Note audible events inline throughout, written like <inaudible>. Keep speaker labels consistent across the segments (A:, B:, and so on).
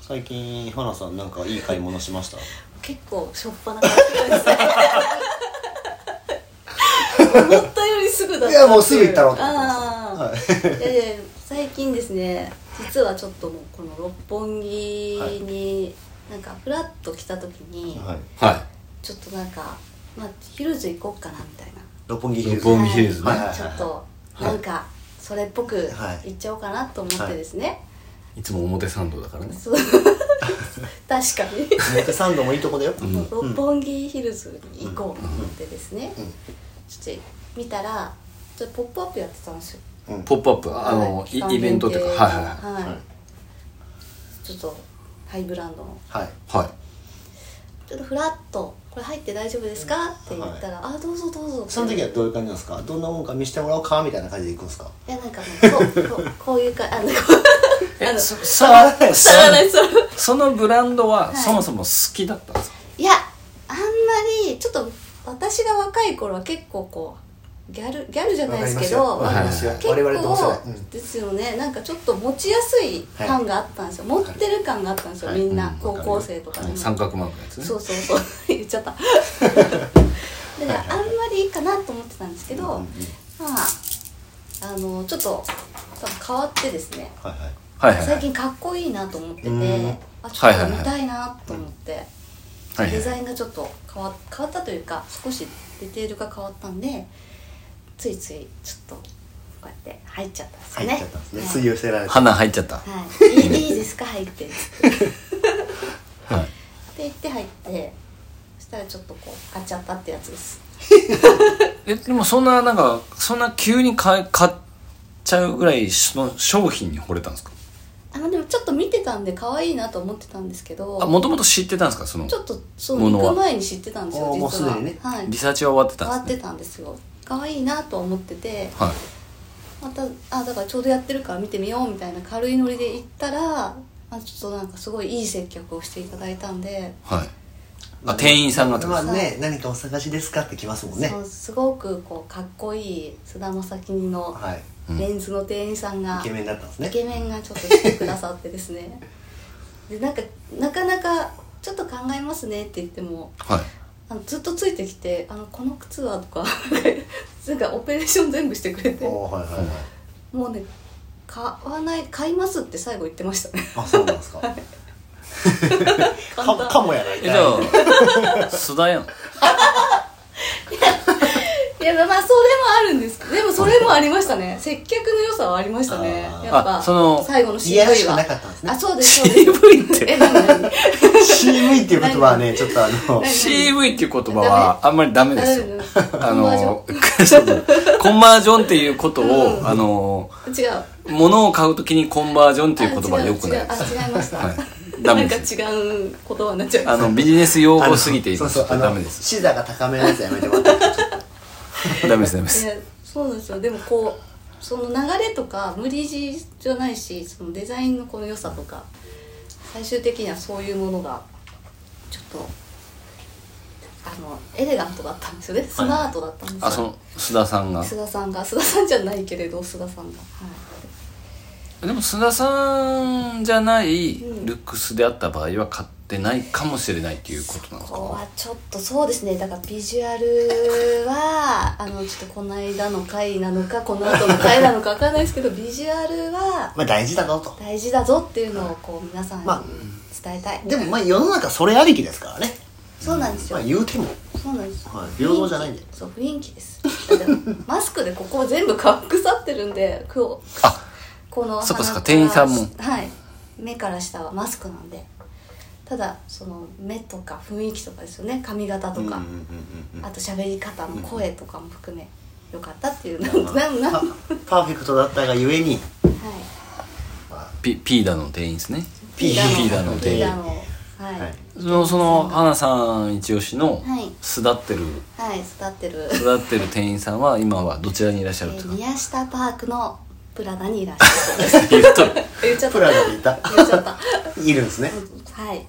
A: 最近花さんなんかいい買い物しました
B: 結構しょっぱなですね思ったよりすぐだったって
A: いやもうすぐ行ったろうと思ってました
B: あ
A: は
B: あ、い、やいや最近ですね実はちょっともうこの六本木に、なんかフラッと来た時
A: い、
B: に、
A: はい、
C: は
B: ちょっとなんかまあヒルズ行こうかなみたいな
A: 六本木
C: い
A: ヒル
C: 六
A: ズ
C: 本木ヒルズ
A: はい
C: ね
A: はい
B: ちょっとなんかそれっぽく
A: はい
B: 行っちゃおうかなと思ってですね、
C: いつも表参道だからね
B: そう確かに
A: 表参道もいいとこだよ、うん
B: 六本木ヒルズに行こうと思ってですね、
A: うん
B: ちょっと見たらちょっとポップアップやってたんですよ
A: ん、
C: ポップアップあの
B: はい
C: い
B: 期間
C: イベントっていうかはいは
B: 限
C: い
B: 定の
C: は
B: はい
A: はい
B: ちょっとハイブランドの
A: はい
C: いはい
B: ちょっとフラッと「これ入って大丈夫ですか?」って言ったら「あどうぞどうぞ」
A: その時はどういう感じなんですかどんなもんか見せてもらおうかみたいな感じで行くんです
C: <laughs>
A: か
B: いやなんかもうこうこうこういうかあのこうあの
C: そさ
A: ない
C: そ
B: 触らない触らない
C: そのブランドは
B: はい
C: そもそも好きだったんですか
B: いやあんまりちょっと私が若い頃は結構こうギャルギャルじゃないですけど
A: わかりますよわか
B: 結
A: りますよ我々と世代
B: 構ですよねなんかちょっと持ちやすい感があったんですよ、
A: はい
B: 持ってる感があったんですよ、
A: はい
B: みんな、
C: うん
B: 高校生とかでも、
C: 三角マークのやつね
B: そうそうそう言っちゃった
A: <laughs>
B: だからあんまりいいかなと思ってたんですけど、
A: うんうんうん
B: まああのちょっと多分変わってですね
A: はいはい
C: はいはい
B: 最
C: はい
B: 近かっこいいなと思ってて、
A: うん
B: あちょっと見たいなと思って、
C: はいはい
B: デザインがちょっと変わ変わったというか少しデテールが変わったんでついついちょっとこうやって入っちゃったんです
A: 入
B: よね
A: っちゃったんですね吸い寄せられて
C: 花入っちゃった
B: はい、はい、いいいいですか入ってって
C: はい
B: 言って入ってそしたらちょっとこう買っちゃったってやつです
C: えでもそんななんかそんな急に買い買っちゃうぐらいその商品に惚れたんですか
B: あでもちょっと見てたんで可愛いなと思ってたんですけど
C: あもともと知ってたんですかその
B: ちょっとそ
C: も
B: の
C: のは
B: 行く前に知ってたんですよ
A: おーもう
B: 実は
A: すでにね
B: はい
C: リサーチは終わって
B: 変
C: た
B: わ
C: ん
B: っ
C: です
B: て
C: ね
B: たんですよ可愛いなとは思ってて
C: はい
B: またあだからちょうどやってるから見てみようみたいな軽いノリで行ったらあちょっとなんかすごいいい接客をしていただいたんで、
C: はいあ店員さんがってこ
A: ま
C: と
A: あね何かお探しですかって来ますもんね
B: そうすごくこうかっこいい菅田将暉の
A: はい
C: うん
B: レンズの店員さんが、
A: イケメンだったんですね
B: イケメンがちょっとしてくださってですねでなんかなかなか「ちょっと考えますね」って言っても
C: はい
B: あのずっとついてきて「あのこの靴は?」とか <laughs> なんかオペレーション全部してくれても
A: おーはいはいはい
B: うんね買わない買いますって最後言ってましたね
A: あそうなんですか
B: 簡
A: か
B: 単
A: かもやない
C: えじゃ
B: <laughs>
C: あ須田やん
B: いやまあそれもあるんですけどでもそれもありましたね接客の良さはありましたね
A: あー
B: やっぱ
C: あその
B: 最後の
A: い
B: CV
A: やらしく
B: は
A: なかったんですね
B: あそうですそうです
C: CV って
B: え何何
C: <laughs>
B: 何
A: CV っていう言葉はねちょっとあの
C: CV っていう言葉はあんまりダメですよ
B: うん。
C: あの、
B: コ
C: そうそう <laughs> コンバージョンっていうことを、
B: う
C: あの、
B: 違う
C: 物を買うときにコンバージョンっていう言葉は良くないです。
B: あ違う違うあ違いました、
C: はいダメです
B: なんか違う言葉になっちゃいま
C: あ
B: した
C: の、ビジネス用
A: あ
C: 語
A: の
C: すぎて、
A: そう
C: 今ち
A: そ
C: ょ
A: うあ
C: っと
A: の
C: ダメ
A: <laughs>
C: です。
A: 視座が高めのやつやめてもらっていい
C: ダメです、ダ
B: い
C: メです。
B: やそうなんですよでもこうその流れとか無理強いじゃないしそのデザインのこの良さとか最終的にはそういうものがちょっとあのエレガントだったんですよねスマートだったんですよ、
C: あ、その、須田さんが。
B: 須田さんが須田さんじゃないけれど須田さんが、はい、
C: でも、須田さんじゃない
B: うん
C: ルックスであった場合は買ってないかもしれないっていうことなんです
B: こ
C: か
B: こはちょっとそうですねだからビジュアルはあのちょっとこの間の回なのかこの後の回なのか分かんないですけどビジュアルは
A: まあ大事だぞと
B: 大事だぞっていうのをこう皆さんに
A: まあ
B: 伝えたい、
A: でもまあ世の中それありきですからね
B: そうなんですよ、
A: まあ言うても
B: そうなんですよ、
A: はい平等じゃないんで
B: 雰囲気そう雰囲気ですだってマスクでここ全部隠さってるんで今日
C: あ、
B: この
C: そっかそ
B: 鼻
C: っか
B: ら
C: 店員さんも
B: はい目から下はマスクなんでただその目とか雰囲気とかですよね髪型とか、
A: うんうんうんうん
B: あと喋り方の声とかも含め、よかったっていうなん
A: まあ
B: <laughs> なんなん、はい、
A: パパーフェクトだったがゆえにまあ
C: ピ、ピーダの店員ですね。
A: ピーダの
C: ピーダの
B: ピ
C: 店
B: ー
C: 員
B: ダ。のはい
A: はい
C: その、その、花さん一押しの
B: はい、
C: 巣立ってる、
B: はい、育ってる、え
C: 巣立ってる店員さんは、今はどちらにいらっしゃるんです
B: ー
C: か
B: 宮下パークのプラダにいらっしゃるそうです
C: 言っとる。
B: <laughs> 言っちゃった
A: プラダでいた
B: 言っちゃった
A: いるんですね
B: はい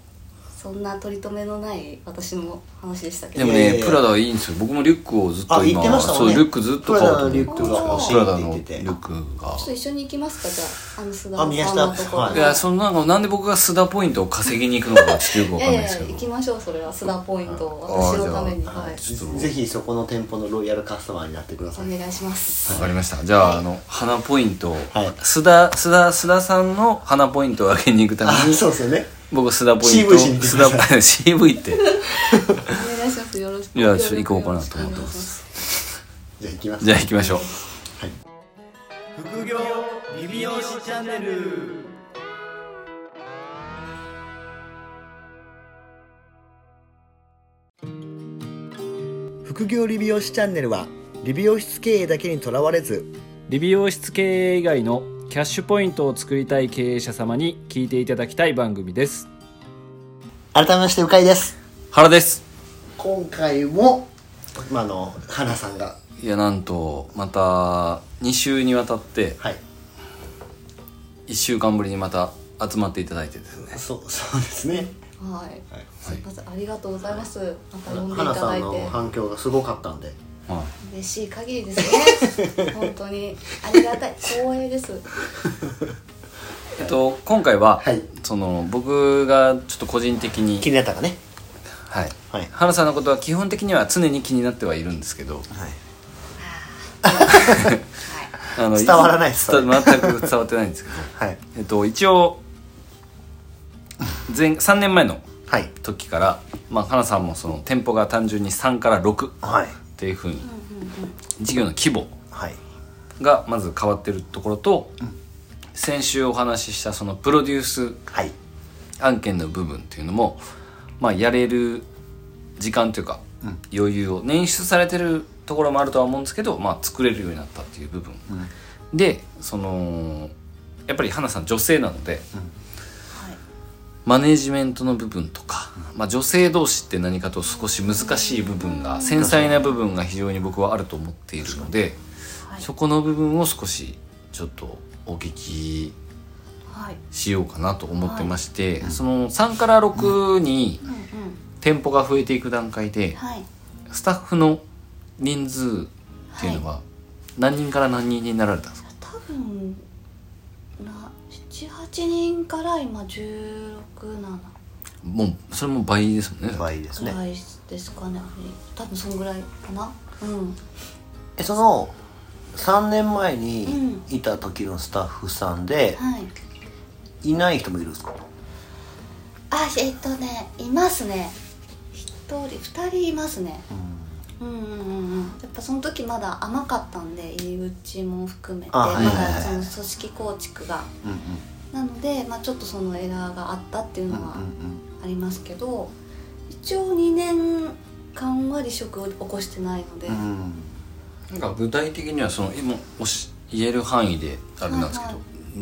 B: そんな取り留めのない私の話でしたけ
C: で
B: ど
C: も
A: いやいや
C: ね
A: いや
C: プラダはいいんですよ僕もリュックをずっと
A: あ言ってましたもんね
C: そうリュックずっと買おうと思ってるんです
B: プ
C: け
B: ラダのリュックが
C: ど
B: 欲し
C: プ
B: い
C: ラ
A: っ
C: ダ
A: て
C: の
A: 言っ
C: リ
A: てて
C: ュックが
B: ちょっと一緒に行きますかじゃああの須田
A: あ宮下
B: さんのところ
A: はい
C: いやそのなんかなんで僕が須田ポイントを稼ぎに行くのかちょっとよ
B: い
C: くわか
B: や
C: ん
B: いや
C: ないで
B: い
C: す
B: や
C: けど
B: 行きましょうそれは須田ポイントを私のために
C: あ
B: はい
C: ちょっと
A: ぜひそこの店舗のロイヤルカスタマーになってください
B: お願いします
C: わかりましたじゃああの花ポイントを、
A: はい
C: 須田須田須田さんの花ポイントを上げに行くため
A: あ
C: に
A: そうですよね
C: 僕須田ポイント
A: CV しに行ってくださ
C: <laughs> 須田 CV って
B: お願いしますよろしく
C: いやちょっと行こうかなと思ってます
A: じゃあ行きます
C: じゃあ行きましょう
A: 副業リビオシチャンネル副業理美容師チャンネルは理美容室経営だけにとらわれず
D: 理美容室経営以外のキャッシュポイントを作りたい経営者様に聞いていただきたい番組です
A: 改めましてうかいです
C: 原です
A: 今回もまああの花さんが
C: いやなんとまた2週にわたって
A: はい
C: 1週間ぶりにまた集まっていただいてですね
A: そうそうですね
B: はい
A: はい
B: すいませんありがとうございますまた呼んでい
A: 花
B: た
A: さ
B: だ
A: ん
B: い
A: の
B: て
A: 反響がすごかったんで
C: は
B: 嬉しい限りですね本当にありがたい光栄です
C: いえっと今回は、
A: はい
C: その僕がちょっと個人的に
A: 気になったかね
C: はい、
A: はい
C: 原さんのことは基本的には常に気になってはいるんですけど
A: はい
C: あの
A: 伝わらないですそれ
C: 伝わ全く伝わってないんですけど
A: はい
C: えっと一応
A: <laughs>
C: 前3年前の
A: はい
C: 時から、まあ、花さんもその店舗が単純に3から6っ
A: はい
C: ていうふうに事業の規模
A: はい
C: がまず変わってるところと、先週お話ししたそのプロデュース
A: はい
C: 案件の部分っていうのも、まあ、やれる時間というか、余裕を捻出されてるところもあるとは思うんですけど、まあ、作れるようになったっていう部分、でそのやっぱり花さん女性なので、マネジメントの部分とか、まあ、女性同士って何かと少し難しい部分が繊細な部分が非常に僕はあると思っているので、
B: はい
C: そこの部分を少しちょっとお聞き
B: はい
C: しようかなと思ってまして、その3から6に
B: うんうん
C: 店舗が増えていく段階で、
B: はい
C: スタッフの人数っていうのは何人から何人になられたんですか、
B: 多分な78人から今167
C: もうそれも倍ですもんね
A: まあいいです
B: く
A: ね
B: らいですかね多分そんぐらいかなうん
A: えその3年前
B: う
A: に
B: ん
A: いた時のスタッフさんで、
B: はい
A: いない人もいるんですか
B: あえっとねいますね1人2人いますねうんうんうんうんやっぱその時まだ甘かったんで入り口も含めて
A: あ
B: ま
A: はいはいはい
B: だその組織構築が
A: うんうん
B: なので、まあ、ちょっとそのエラーがあったっていうのはありますけど一応2年間は離職を起こしてないので、
A: うんうん
C: なんか具体的にはその今おし言える範囲であれなんですけど、
B: はい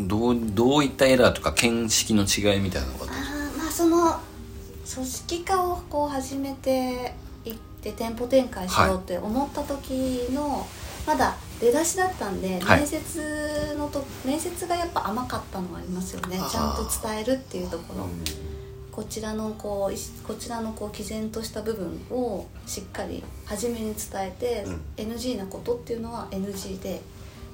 C: どうどういったエラーとか見識の違いみたいなのがあったんですか
B: あーまあその組織化をこう始めていって店舗展開しようって思った時の、まだ出だしだったんで、
C: はい
B: 面接のと面接がやっぱ甘かったのはありますよね
A: あー
B: ちゃんと伝えるっていうところ、こちらのこういしこちらのこう毅然とした部分をしっかり初めに伝えて、
A: うん
B: NG なことっていうのは NG で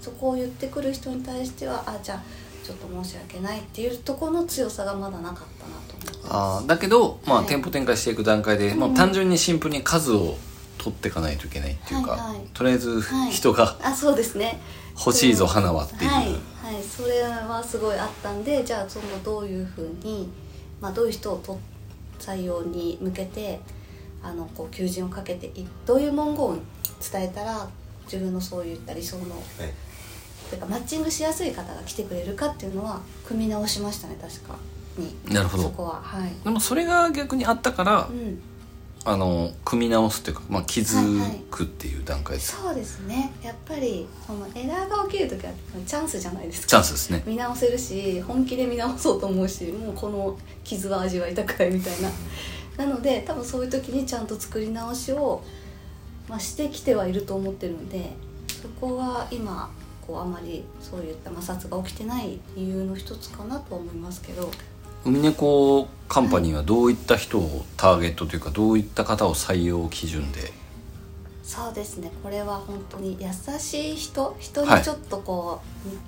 B: そこを言ってくる人に対してはあじゃあちょっと申し訳ないっていうところの強さがまだなかったなと思って
C: あーだけど、まあ
B: はい
C: 店舗展開していく段階で、もう単純にシンプルに数を取っていかないといけないっていうか、
B: はいはい
C: とりあえず
B: はい
C: 人が
B: あそうですね
C: 欲しいぞ、花はっていう、
B: はい、はい、それはすごいあったんでじゃあそのどういうふうに、まあ、どういう人をと採用に向けてあのこう求人をかけていどういう文言を伝えたら自分のそういった理想のてかマッチングしやすい方が来てくれるかっていうのは組み直しましたね確かに
C: なるほど
B: そこははい、
C: でもそれが逆にあったから、
B: うん、
C: あの組み直すっていうか、まあ、気
B: はいは
C: づ
B: い
C: くっていう段階です、
B: そうですねやっぱりそのエラーが起きる時はチャンスじゃないですか
C: チャンスですね
B: 見直せるし本気で見直そうと思うしもうこの傷は味わいたくないみたいななので多分そういう時にちゃんと作り直しを、まあ、してきてはいると思ってるのでそこが今こうあまりそういった摩擦が起きてない理由の一つかなと思いますけど
C: 海猫カンパニーはどういった人をターゲットというかどういった方を採用基準で
B: そうですねこれは本当に優しい人人
C: はい
B: にちょっとこ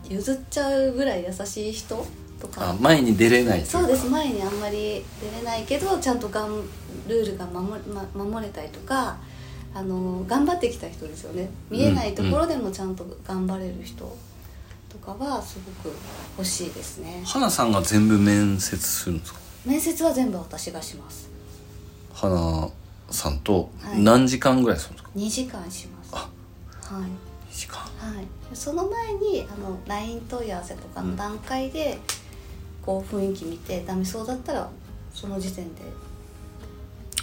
B: う、譲っちゃうぐらい優しい人とか
C: あ前に出れないというか
B: そうです前にあんまり出れないけどちゃんとがんルールが守れ,、ま、守れたりとかあの頑張ってきた人ですよね見えないところでもちゃんと頑張れる人とかはすごく欲しいですね、
C: 花さんが全部面接するんですか
B: 面接は全部私がします
C: 花さんと
B: はい
C: 何時間ぐらいするんですか、
B: 2時間します
C: あ
B: はい
C: 2時間
B: はい、その前にあの LINE 問い合わせとかの段階で、こう雰囲気見てダメそうだったらその時点で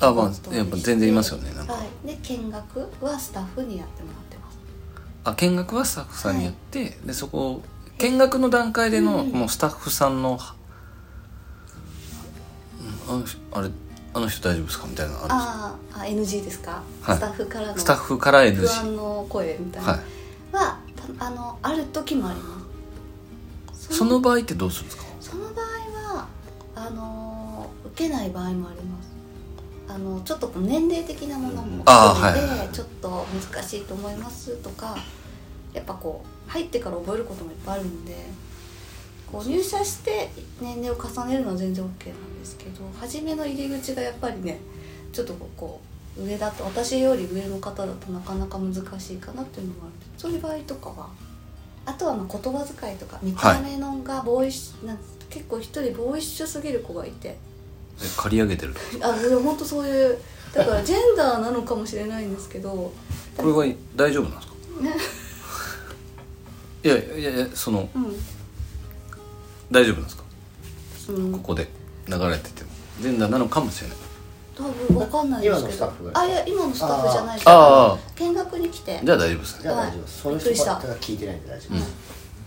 C: あまあやっぱ全然いますよねなんか、
B: はい、で見学はスタッフにやってもらってます
C: あ見学はスタッフさんにやって、でそこ見学の段階での、
B: うん
C: もうスタッフさんの「うんあの人あれあの人大丈夫ですか?」みたいなのあるんです
B: あー
C: か
B: あ NG ですか、
C: はい
B: スタッフからの
C: スタッフから
B: 不
C: NG
B: 安の声みたいな、
C: はい
B: はたあのある時もあります
C: その場合ってどうするんですか
B: その場合はあの受けない場合もありますあのちょっとこう年齢的なものも
C: あー
B: 含めて
C: はいはいはい
B: ちょっと難しいと思いますとかやっぱこう入ってから覚えることもいっぱいあるんでこう入社して年齢を重ねるのは全然 OK なんですけど初めの入り口がやっぱりねちょっとこう上だと私より上の方だとなかなか難しいかなっていうのもあるんでそういう場合とかはあとはまあ言葉遣いとか見た目のがボーイッシュ、なん結構一人ボーイッシュすぎる子がいて
C: え借り上げてる
B: あ俺本当そういうだからジェンダーなのかもしれないんですけど
C: これは大丈夫なんですか
B: ね
C: いやいやいやその
B: うん
C: 大丈夫なんですか
B: その
C: ここで流れててもジェンダーなのかもしれない
B: 多分わかんないですけど
A: 今のスタッフが
B: あいや今のスタッフじゃないです
C: あ
B: 見学に来て
C: じゃあ大丈夫です
A: じ
C: ね
A: ゃあ大丈夫ですそ
B: はい
A: の
B: びっくり
A: 人
B: した
A: ばっかが聞いてないんで大丈夫
C: うん
A: です、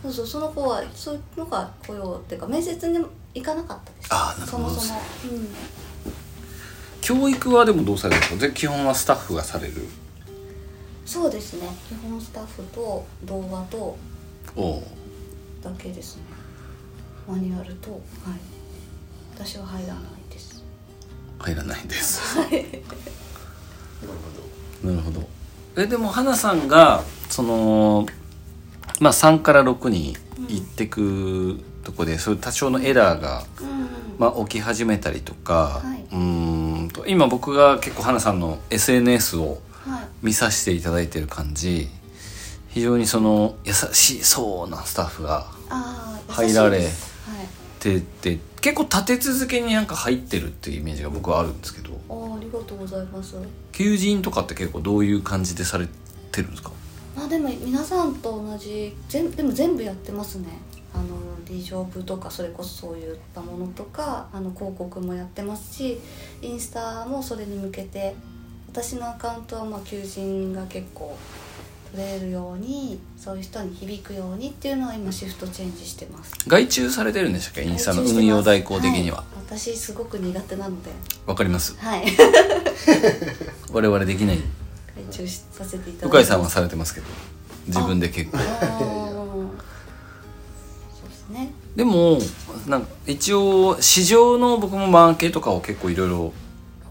B: そうそうその子はそういうのが雇用っていうか面接にも行かなかったです
C: あーなるほど
B: そもそも、うん、
C: 教育はでもどうされるんですかで基本はスタッフがされる
B: そうですね基本スタッフと動画と
C: おう
B: だけですねマニュアルとはい私は入らないです
C: 入らないです
A: なる
C: なるほどえでも花さんがそのまあ3から6に行ってくとこで、そういう多少のエラーが、
B: うんうん、
C: まあ、起き始めたりとか、
B: はいう
C: ーんと今僕が結構花さんの SNS を
B: はい
C: 見させていただいてる感じ非常にその優しそうなスタッフが
B: ああ
C: 入られ
B: はい
C: 出て結構立て続けになんか入ってるっていうイメージが僕はあるんですけど
B: あーありがとうございます
C: 求人とかって結構どういう感じでされてるんですか
B: まあでも皆さんと同じ全でも全部やってますねあのリジョブとかそれこそそういったものとかあの広告もやってますしインスタもそれに向けて私のアカウントはまあ求人が結構取れるようにそういう人に響くようにっていうのは今シフトチェンジしてます
C: 外注されてるんでしたっけインスタの運用代行的にはわ
B: い、私すごく苦手なので
C: かります
B: はい <laughs>
C: 我々できない
B: 外注しさせていただ
C: 鵜飼さんはされてますけど自分で結構
B: あーそうですね
C: でもなんか一応市場の僕もマーケとかを結構いろいろ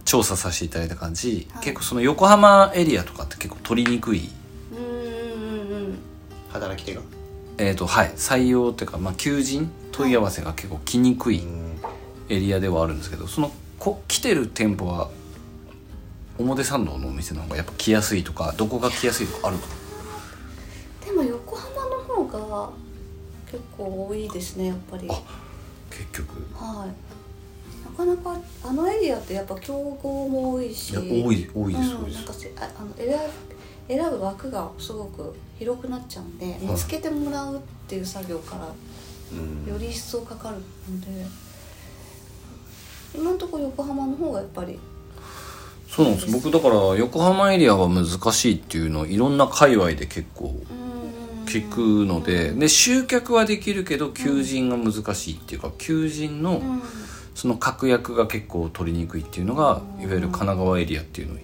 C: 調査させていただいた感じ、
B: はい
C: 結構その横浜エリアとかって結構取りにくい
B: うんうんうんうん
A: ほど働き手が
C: えーとはい、採用というか、まあ、求人問い合わせが結構来にくい
A: うん
C: エリアではあるんですけどそのこ来てる店舗は表参道のお店の方がやっぱ来やすいとかどこが来やすいとかあるか
B: でも横浜の方が結構多いですねやっぱりは
C: 結局
B: いなかなかあのエリアってやっぱ競合も多いし
C: いや多い多
B: う
C: いです多
B: ん、
C: いで
B: なん
C: す
B: かせああの選ぶ選ぶ枠がすごく広くなっちゃうんで見つけてもらうっていう作業から
A: うん
B: より一層かかるので今のところ横浜の方がやっぱり
C: そうなんです僕だから横浜エリアは難しいっていうのをいろんな界隈で結構
B: うん
C: 聞くのでで集客はできるけど求人が難しいっていうか求人の
B: うん
C: その確約が結構取りにくいっていうのがいわゆる神奈川エリアっていうのに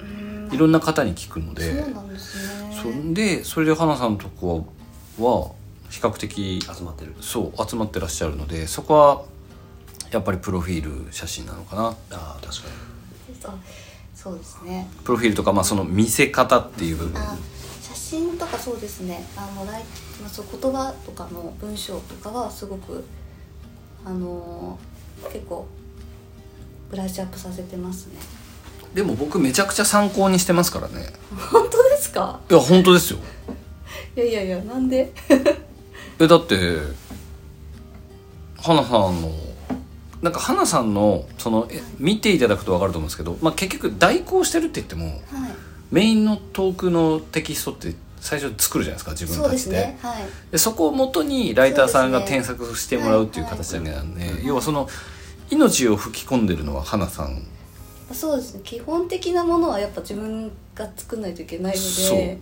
B: うん
C: いろんな方に聞くので。
B: そうなんですね
C: そんでそれで花さんのとこは比較的
A: 集まってる
C: そう集まってらっしゃるのでそこはやっぱりプロフィール写真なのかな
A: ああ確かに
B: あそうですね
C: プロフィールとか、まあ、その見せ方っていう部分
B: あ写真とかそうですねあのライまあそう言葉とかの文章とかはすごくあのー結構ブラッシュアップさせてますね
C: でも僕めちゃくちゃ参考にしてますからね
B: <laughs> 本当ですか
C: いや本当ですよ
B: いやいやいやなんで
C: えだって花さんのなんか花さんのそのえ見ていただくと分かると思うんですけど、まあ、結局代行してるって言っても
B: はい
C: メインのトークのテキストって最初作るじゃないですか自
B: そ
C: 分
B: う
C: た
B: で
C: ち
B: す
C: で
B: ねはい
C: でそこをもとにライターさんが
B: そうです
C: 添
B: ね
C: 削してもらうっていう形だけなんで、
A: はい
C: 要はその命を吹き込んでるのは花さん
B: そうですね基本的なものはやっぱ自分が作んないといけないので
C: そう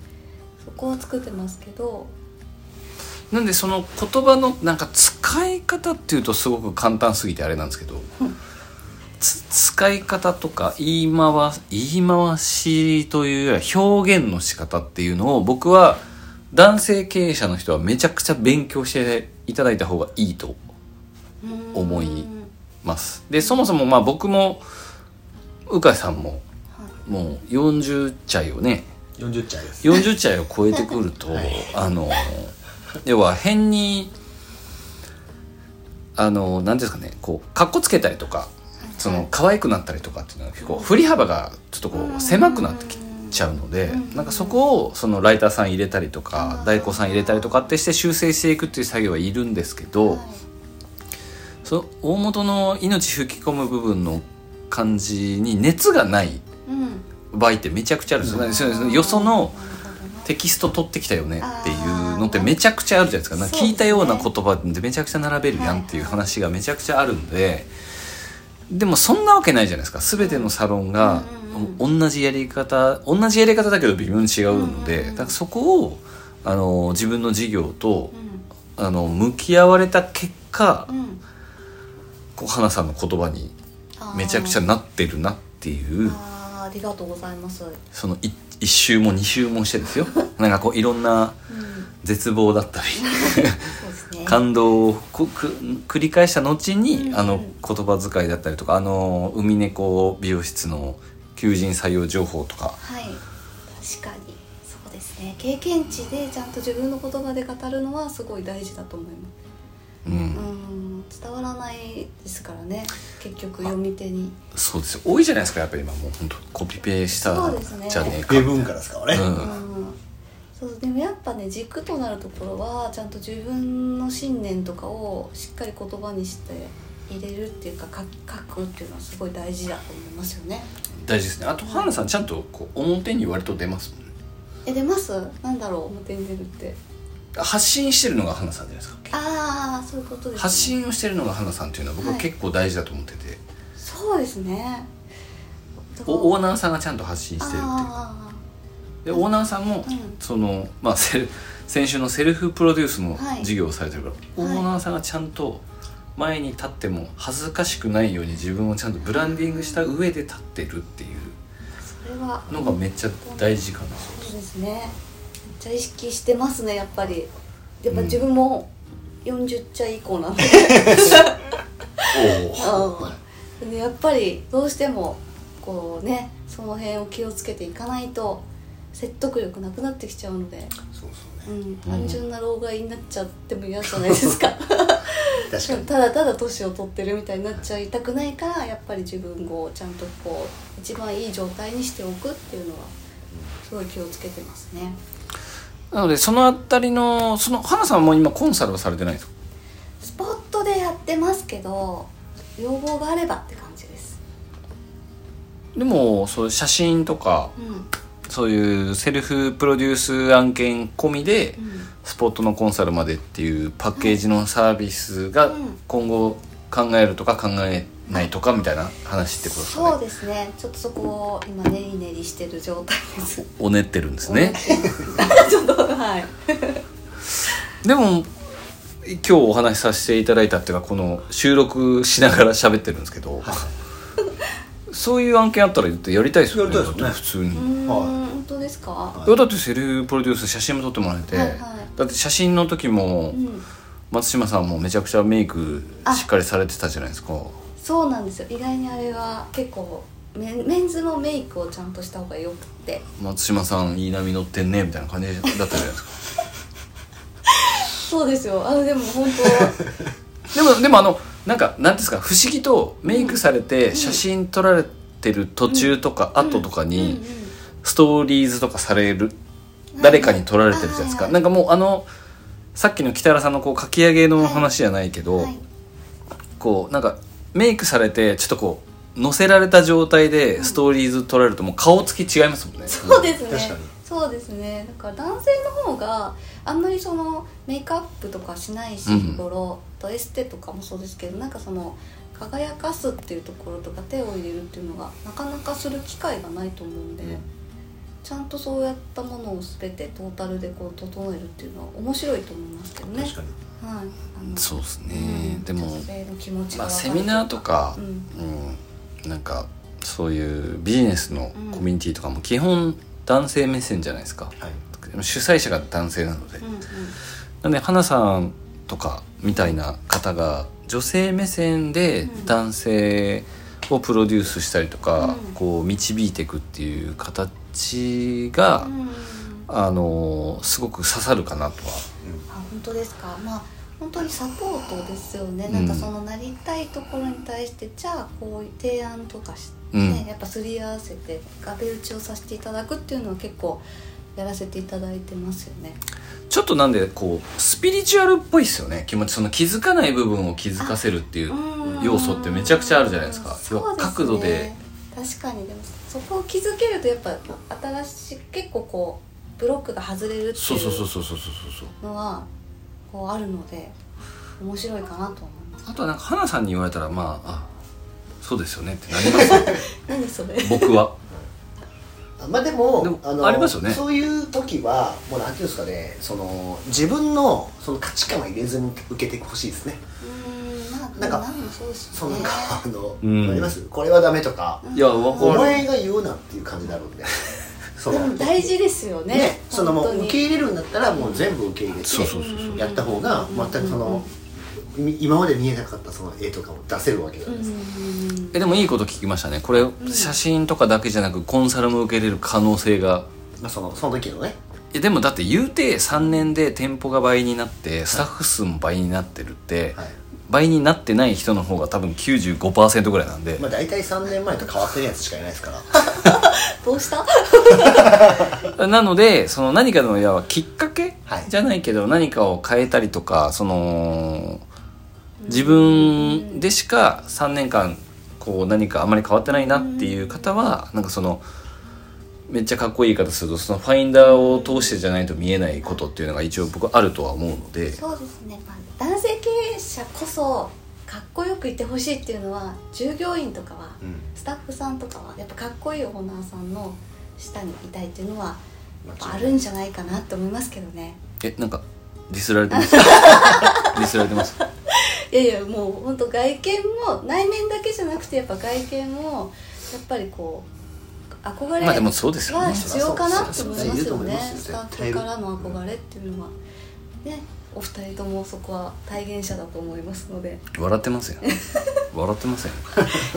B: そこは作ってますけど
C: なんでその言葉のなんか使い方っていうとすごく簡単すぎてあれなんですけど、つ使い方とか言い回す言い回しというよりは表現の仕方っていうのを僕は男性経営者の人はめちゃくちゃ勉強していただいた方がいいと
B: うーん
C: 思います。でそもそもまあ僕も鵜飼さんも
B: はい
C: もう40歳をね
A: 40歳です
C: 40歳を超えてくると、あの要は変にあの何ていうんですかねこうかっこつけたりとかその可愛くなったりとかっていうのは結構振り幅がちょっとこう狭くなってきちゃうので
B: うん
C: なんかそこをそのライターさん入れたりとか大工さん入れたりとかってして修正していくっていう作業はいるんですけど。
B: はい
C: その大元の命吹き込む部分の感じに熱がない
B: うん
C: 場合ってめちゃくちゃあるんですよ、そうですよそのテキスト取ってきたよねっていうのってめちゃくちゃあるじゃないですかなんか聞いたような言葉でめちゃくちゃ並べるやんっていう話がめちゃくちゃあるんででもそんなわけないじゃないですか全てのサロンが同じやり方同じやり方だけど微妙に違うのでだからそこをあの自分の事業とあの向き合われた結果
B: うんうん
C: こう花さんの言葉に
B: あー
C: めちゃくちゃなってるなっていう
B: あーありがとうございます、うん、
C: そのい一周も二周もしてで
B: <laughs>
C: すよなんかこういろんな絶望だったり
B: そうですね
C: 感動をこく繰り返した後に、
B: うん
C: あの言葉遣いだったりとかあの海猫美容室の求人採用情報とか
B: はい確かにそうですね経験値でちゃんと自分の言葉で語るのはすごい大事だと思います
C: うん、
B: うん伝わらないですからね結局読み手に
C: そうですよ多いじゃないですかやっぱり今もう本当コピペした
B: そうですね
C: じゃねえか
A: 英文からですからね、
C: う
B: うんんそうでもやっぱね軸となるところはちゃんと自分の信念とかをしっかり言葉にして入れるっていうか書書くっていうのはすごい大事だと思いますよね
C: 大事ですねあと花さんちゃんとこう表に割と出ますもんね
B: え出ますなんだろう表に出るって
C: 発信してるのが花さんじゃないですか
B: ああそういうことです、ね、
C: 発信をしてるのが花さんっていうのは僕は
B: はい
C: 結構大事だと思ってて、
B: そうですね
C: おオー
B: ー
C: ナーさんがちゃんと発信してるっていうか
B: あ
C: でオーナーさんも、
B: うん
C: そのまあセル先週のセルフプロデュースの
B: はい
C: 事業をされてるから、
B: はい
C: オーナーさんがちゃんと前に立っても恥ずかしくないように自分をちゃんとブランディングした上で立ってるってい
B: ーそれは
C: うのがめっちゃ大事かな、
B: そうですねめっちゃ意識してますねやっぱりやっぱ自分も40茶以降
C: <laughs>
B: なんで、
C: おお
B: うん、でやっぱりどうしてもこうねその辺を気をつけていかないと説得力なくなってきちゃうので、
A: <laughs> そうそう
B: う
A: ね
B: ん、単純な老害になっちゃっても嫌じゃないですか
A: 確かに
B: ただただ年を取ってるみたいになっちゃいたくないからやっぱり自分をちゃんとこう一番いい状態にしておくっていうのはすごい気をつけてますね。
C: なのでそのあたりのその花さんも今コンサルはされてないんですか
B: スポットでやってますけど要望があればって感じです
C: でもそう写真とか
B: うん、うん、
C: そういうセルフプロデュース案件込みで、スポットのコンサルまでっていうパッケージのサービスが
B: うん
C: 今後考えるとか考えないとかみたいな話ってことです
B: そ
C: か
B: う
C: ね。
B: ですねちょっとそこを今練り練りしてる状態です
C: おねってるんですね。
B: <laughs> ちょっとはい
C: でも今日お話しさせていただいたっていうかこの収録しながら喋ってるんですけど、そういう案件あったら言ってやりたいですよね。
A: やりたいですね
C: 普通に。
B: うーん
A: はい
B: 本当ですか、
A: い
C: だってセルフプロデュース写真も撮ってもらえて、
B: はいはい
C: だって写真の時も、
B: うん
C: 松島さんもめちゃくちゃメイクしっかりされてたじゃないですか
B: そうなんですよ意外にあれは結構メンメンズのメイクをちゃんとした方がよくて
C: 松島さんいい波乗ってんねみたいな感じだったじゃないですか
B: そうですよあのでも本
C: でもでもあのなんかなんていうんですか不思議とメイクされて写真撮られてる途中とか後と
B: 当
C: か
B: うん、うん
C: にストーリーズとかされる誰かに撮られてるじゃないですか
B: はい
C: なんかもうあのさっきの北原さんのこうかき上げの話じゃないけ <laughs> ど、
B: はい
C: こうなんかメイクされてちょっとこう乗せられた状態でストーリーズ撮られるともう顔つき違いますもんね。
B: そうです
A: 確か
B: ね
A: に
B: そうですねだから男性の方があんまりそのメイクアップとかしないし
C: うん
B: 日頃、とエステとかもそうですけどなんかその輝かすっていうところとか手を入れるっていうのがなかなかする機会がないと思うんで、
A: うん
B: ちゃんとそうやったものを全てトータルでこう整えるっていうのは面白いと思いますけどね。
A: 確かに
B: はい、あの
C: そうですね、
B: うん
C: でも
B: 女性の気持ちが
C: まあ、
B: わかる
C: セミナーとか、
B: うん
C: うんなんかそういうビジネスのコミュニティとかも基本男性目線じゃないですか、
A: はい
C: 主催者が男性なので、
B: うんうん
C: なんで花さんとかみたいな方が女性目線で
B: うん
C: 男性をプロデュースしたりとか、
B: うん
C: こう導いていくっていう形が、
B: うん
C: あのすごく刺さるかなとは
B: あ本当ですかまあ本当にサポートですよね、
C: うん
B: なんかそのなりたいところに対してじゃあこういう提案とかして、
C: うん
B: やっぱすり合わせて壁打ちをさせていただくっていうのは結構やらせていただいてますよね
C: ちょっとなんでこうスピリチュアルっぽいですよね気持ちその気づかない部分を気づかせるっていう
B: うん
C: 要素ってめちゃくちゃあるじゃないですか
B: そう
C: 要は
B: ですね
C: 角度で
B: 確かにでもそこを気づけるとやっぱ新しい結構こうブロックが外れるって
C: そう
B: い
C: そうそう
B: う
C: そうそうそうそう
B: のはこうあるので面白いかなと思います
C: あとはなんか花さんに言われたらまああそうですよねってなりますよ
B: <laughs> 何それ
C: 僕は
A: あまあでも
C: でもありますよね
A: そういう時はもうなんていうんですかねその自分のその価値観は入れずに受けてほしいですね
B: うんまあ
A: なんか
B: 何もそうですね
A: そのなんかあの、
C: うん
A: ありますこれはダメとか、
C: いやわ
A: お
C: かる
A: 前が言うなっていう感じだろうん
C: <laughs>
A: でそ
B: で
A: の
B: も大事ですよね
A: ねそのも
B: 本当
A: う
B: に
A: 受け入れるんだったらもう全部受け入れて
C: そうそうそうそう
A: やった方が全くそのみ今まで見えなかったその絵とかも出せるわけじゃ
B: う
A: なんい
B: うん
A: ですか、
B: うん
C: えでもいいこと聞きましたねこれ写真とかだけじゃなくコンサルも受けれる可能性が
A: まあ、そのその時のね
C: えでもだって言うて3年で店舗が倍になってスタッフ数も倍になってるって、
A: はい
C: 倍になってない人の方が多分95%ぐらいなんで、
A: まあ大体3年前と変わってるやつしかいないですから
B: どうした
C: なのでその何かのいわばきっかけ、
A: はい
C: じゃないけど何かを変えたりとかその自分でしか3年間こう何かあまり変わってないなっていう方はなんかそのめっちゃかっこいい言い方するとそのファインダーを通してじゃないと見えないことっていうのが一応僕はあるとは思うので
B: そうですね、まあ、男性経営者こそかっこよくいてほしいっていうのは従業員とかは
A: うん
B: スタッフさんとかはやっぱかっこいいオーナーさんの下にいたいっていうのはやっぱあるんじゃないかなって思いますけどね
C: えなんかディスられてますディスられてます
B: いやいやもう本当外見も内面だけじゃなくてやっぱ外見もやっぱりこう憧れ
C: まあでもそうですよね
B: は必要かなって思いま
A: いる
B: す
A: と
B: よ
A: 思い
B: ね
A: ますよ
B: スタ
A: 絶
B: ッ
A: 対い
B: フ
A: る
B: からの憧れっていうのはねお二人ともそこは体現者だと思いますの
C: <laughs>
B: で
C: 笑ってますよ笑ってますよ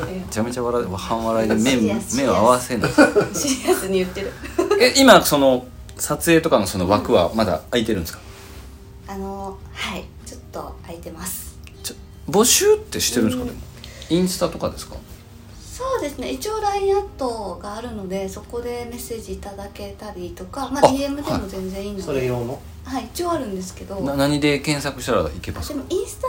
B: え
C: めちゃめちゃ笑い半笑いで目
B: シリアス
C: 目を合わせない
B: えシリアスに言ってる
C: え今その撮影とかのその枠はまだ空いてるんですか
B: あのはいちょっと空いてます
C: ちょ募集ってしてるんですか、でもインスタとかですか
B: そうですね一応 LINE アットがあるのでそこでメッセージいただけたりとか、まあ、
C: あ
B: DM でも全然いいの
A: そ
B: で、
A: れ
B: はい
A: 用の
B: 一応あるんですけど
C: な何で検索したらいけます
B: で
C: か
B: もインス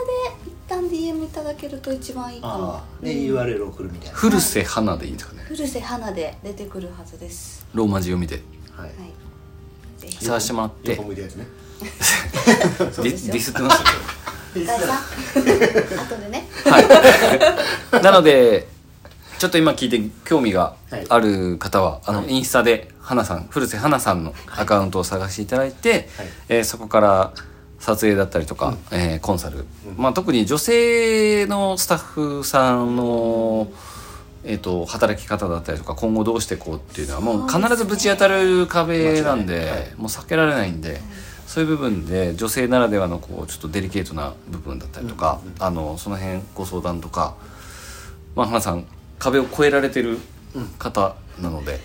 B: タで一旦 DM いただけると一番いいかも
A: ああで、
B: うん
A: URL 送るみたいな
C: 古瀬花でいいんですかね
B: 古瀬花で出てくるはずです
C: ローマ字読みで
A: はい
B: はいぜひ
C: 探してもらって
A: 横向いたやつね
C: ディディスってます
B: お母さん <laughs> 後でね
C: はい <laughs> なのでちょっと今聞いて興味がある方は、あのインスタで花さん古瀬花さんのアカウントを探していただいて、
A: はい
C: えーそこから撮影だったりとか、えーコンサル、まあ、特に女性のスタッフさんの、えー、と働き方だったりとか今後どうしていこうっていうのはもう
B: そうですね
C: 必ずぶち当たる壁なんで
A: 間違いないはい
C: もう避けられないんで、そういう部分で女性ならではのこうちょっとデリケートな部分だったりとか、あのその辺ご相談とか、まあ、花さん壁を越えられてる方なので、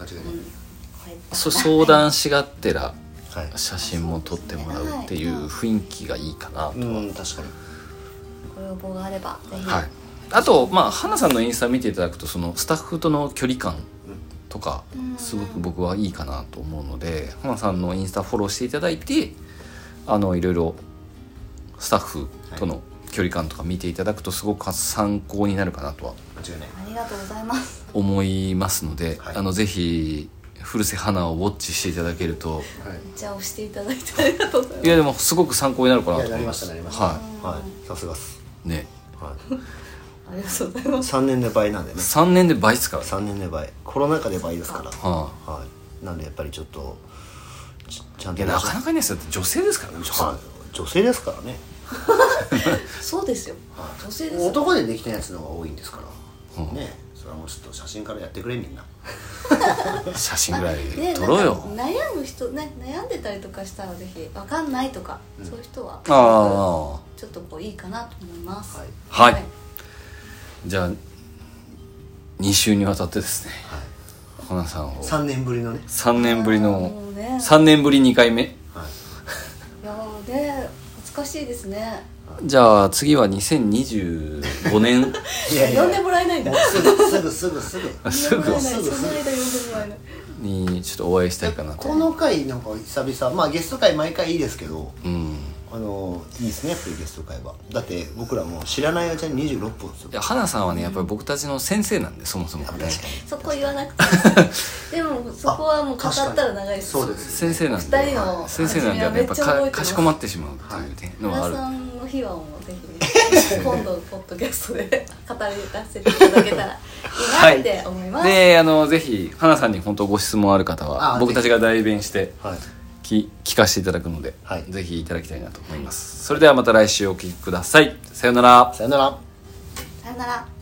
A: 間違いない、
C: そう相談しがってら
A: はい
C: 写真も撮ってもらうっていう雰囲気がいいかなと。
A: うん確かに
B: ご要望があればぜひ、
C: はい、あとまあ花さんのインスタ見ていただくとそのスタッフとの距離感とか
B: うん
C: すごく僕はいいかなと思うので花さんのインスタフォローしていただいてあのいろいろスタッフとの距離感とか見ていただくとすごく参考になるかなとは
A: 間違いない
B: ありがとうございます
C: 思いますので、
A: はい
C: あのぜひ古瀬花をウォッチしていただけると
A: はい
B: めっちゃ押していただいてありがとうござい
C: いやでもすごく参考になるかないと
A: やな
C: 思い
A: り
C: ま
A: まし
C: す。
A: たなりました
C: は
A: はいさすがっす
C: いね、
A: はい <laughs>
B: ますありがとうございます
A: 3年で倍なんでね
C: 3年で倍ですからね、
A: 3年で倍コロナ禍で倍ですから
C: は
A: はいなんでやっぱりちょっとちちゃん
C: い、い
A: と
C: やなかなかいないですよだって女性ですからね
A: はい女性ですからね
B: そうですよ女性ですよ
A: 男でできたやつの方が多いんですから、
C: うん
A: ねそれはもうちょっと写真からやってくれみんな
C: 写真ぐらい
B: ね
C: 撮ろうよ、
B: なんか悩む人、ね、悩んでたりとかしたらぜひわかんないとか、そういう人は
C: あ
B: ちょっとこういいかなと思います
A: はい
C: はいあじゃあ2週にわたってですね花さんを
A: 3年ぶりのね
C: 3年ぶりの
B: もうね
C: 3年ぶり2回目
A: はい
B: いやーね懐かしいですね
C: じゃあ次は2025年
A: い
B: 呼んでもらえないんだ
A: もうすぐすぐすぐすぐ
C: すぐ
B: 呼んでもらえな
A: す
B: い
A: ぐ
B: その間呼んでもらえない
C: にちょっとお会いしたいかなと
A: この回なんか久々まあゲスト回毎回いいですけど
C: うん
A: あのいいですねやっぱりゲスト回はだって僕らもう知らないうちに26本ですよ
C: いや花さんはねやっぱり僕たちの先生なんでそもそもがね
B: そこ言わなくてでもそこはもう語ったら長いです
A: そうです
C: 先生なん
B: 二
C: で
B: 人の
C: 先生なんでや
B: 初め
C: っぱ
B: はめっちゃ覚えて
C: か
B: ます
C: かしこまってしまうっていうのはあ
B: 原
C: る、
B: さんの秘話をぜひね今度ポッドキャストで語らせていただけたらいいなって思います、
C: であのぜひ花さんに本当ご質問ある方は
A: あ
C: 僕たちが代弁して
A: はい
C: き聞かせていただくので、
A: はい
C: ぜひいただきたいなと思いますそれではまた来週お聞きくださいさようなら
A: さよなら
B: さよなら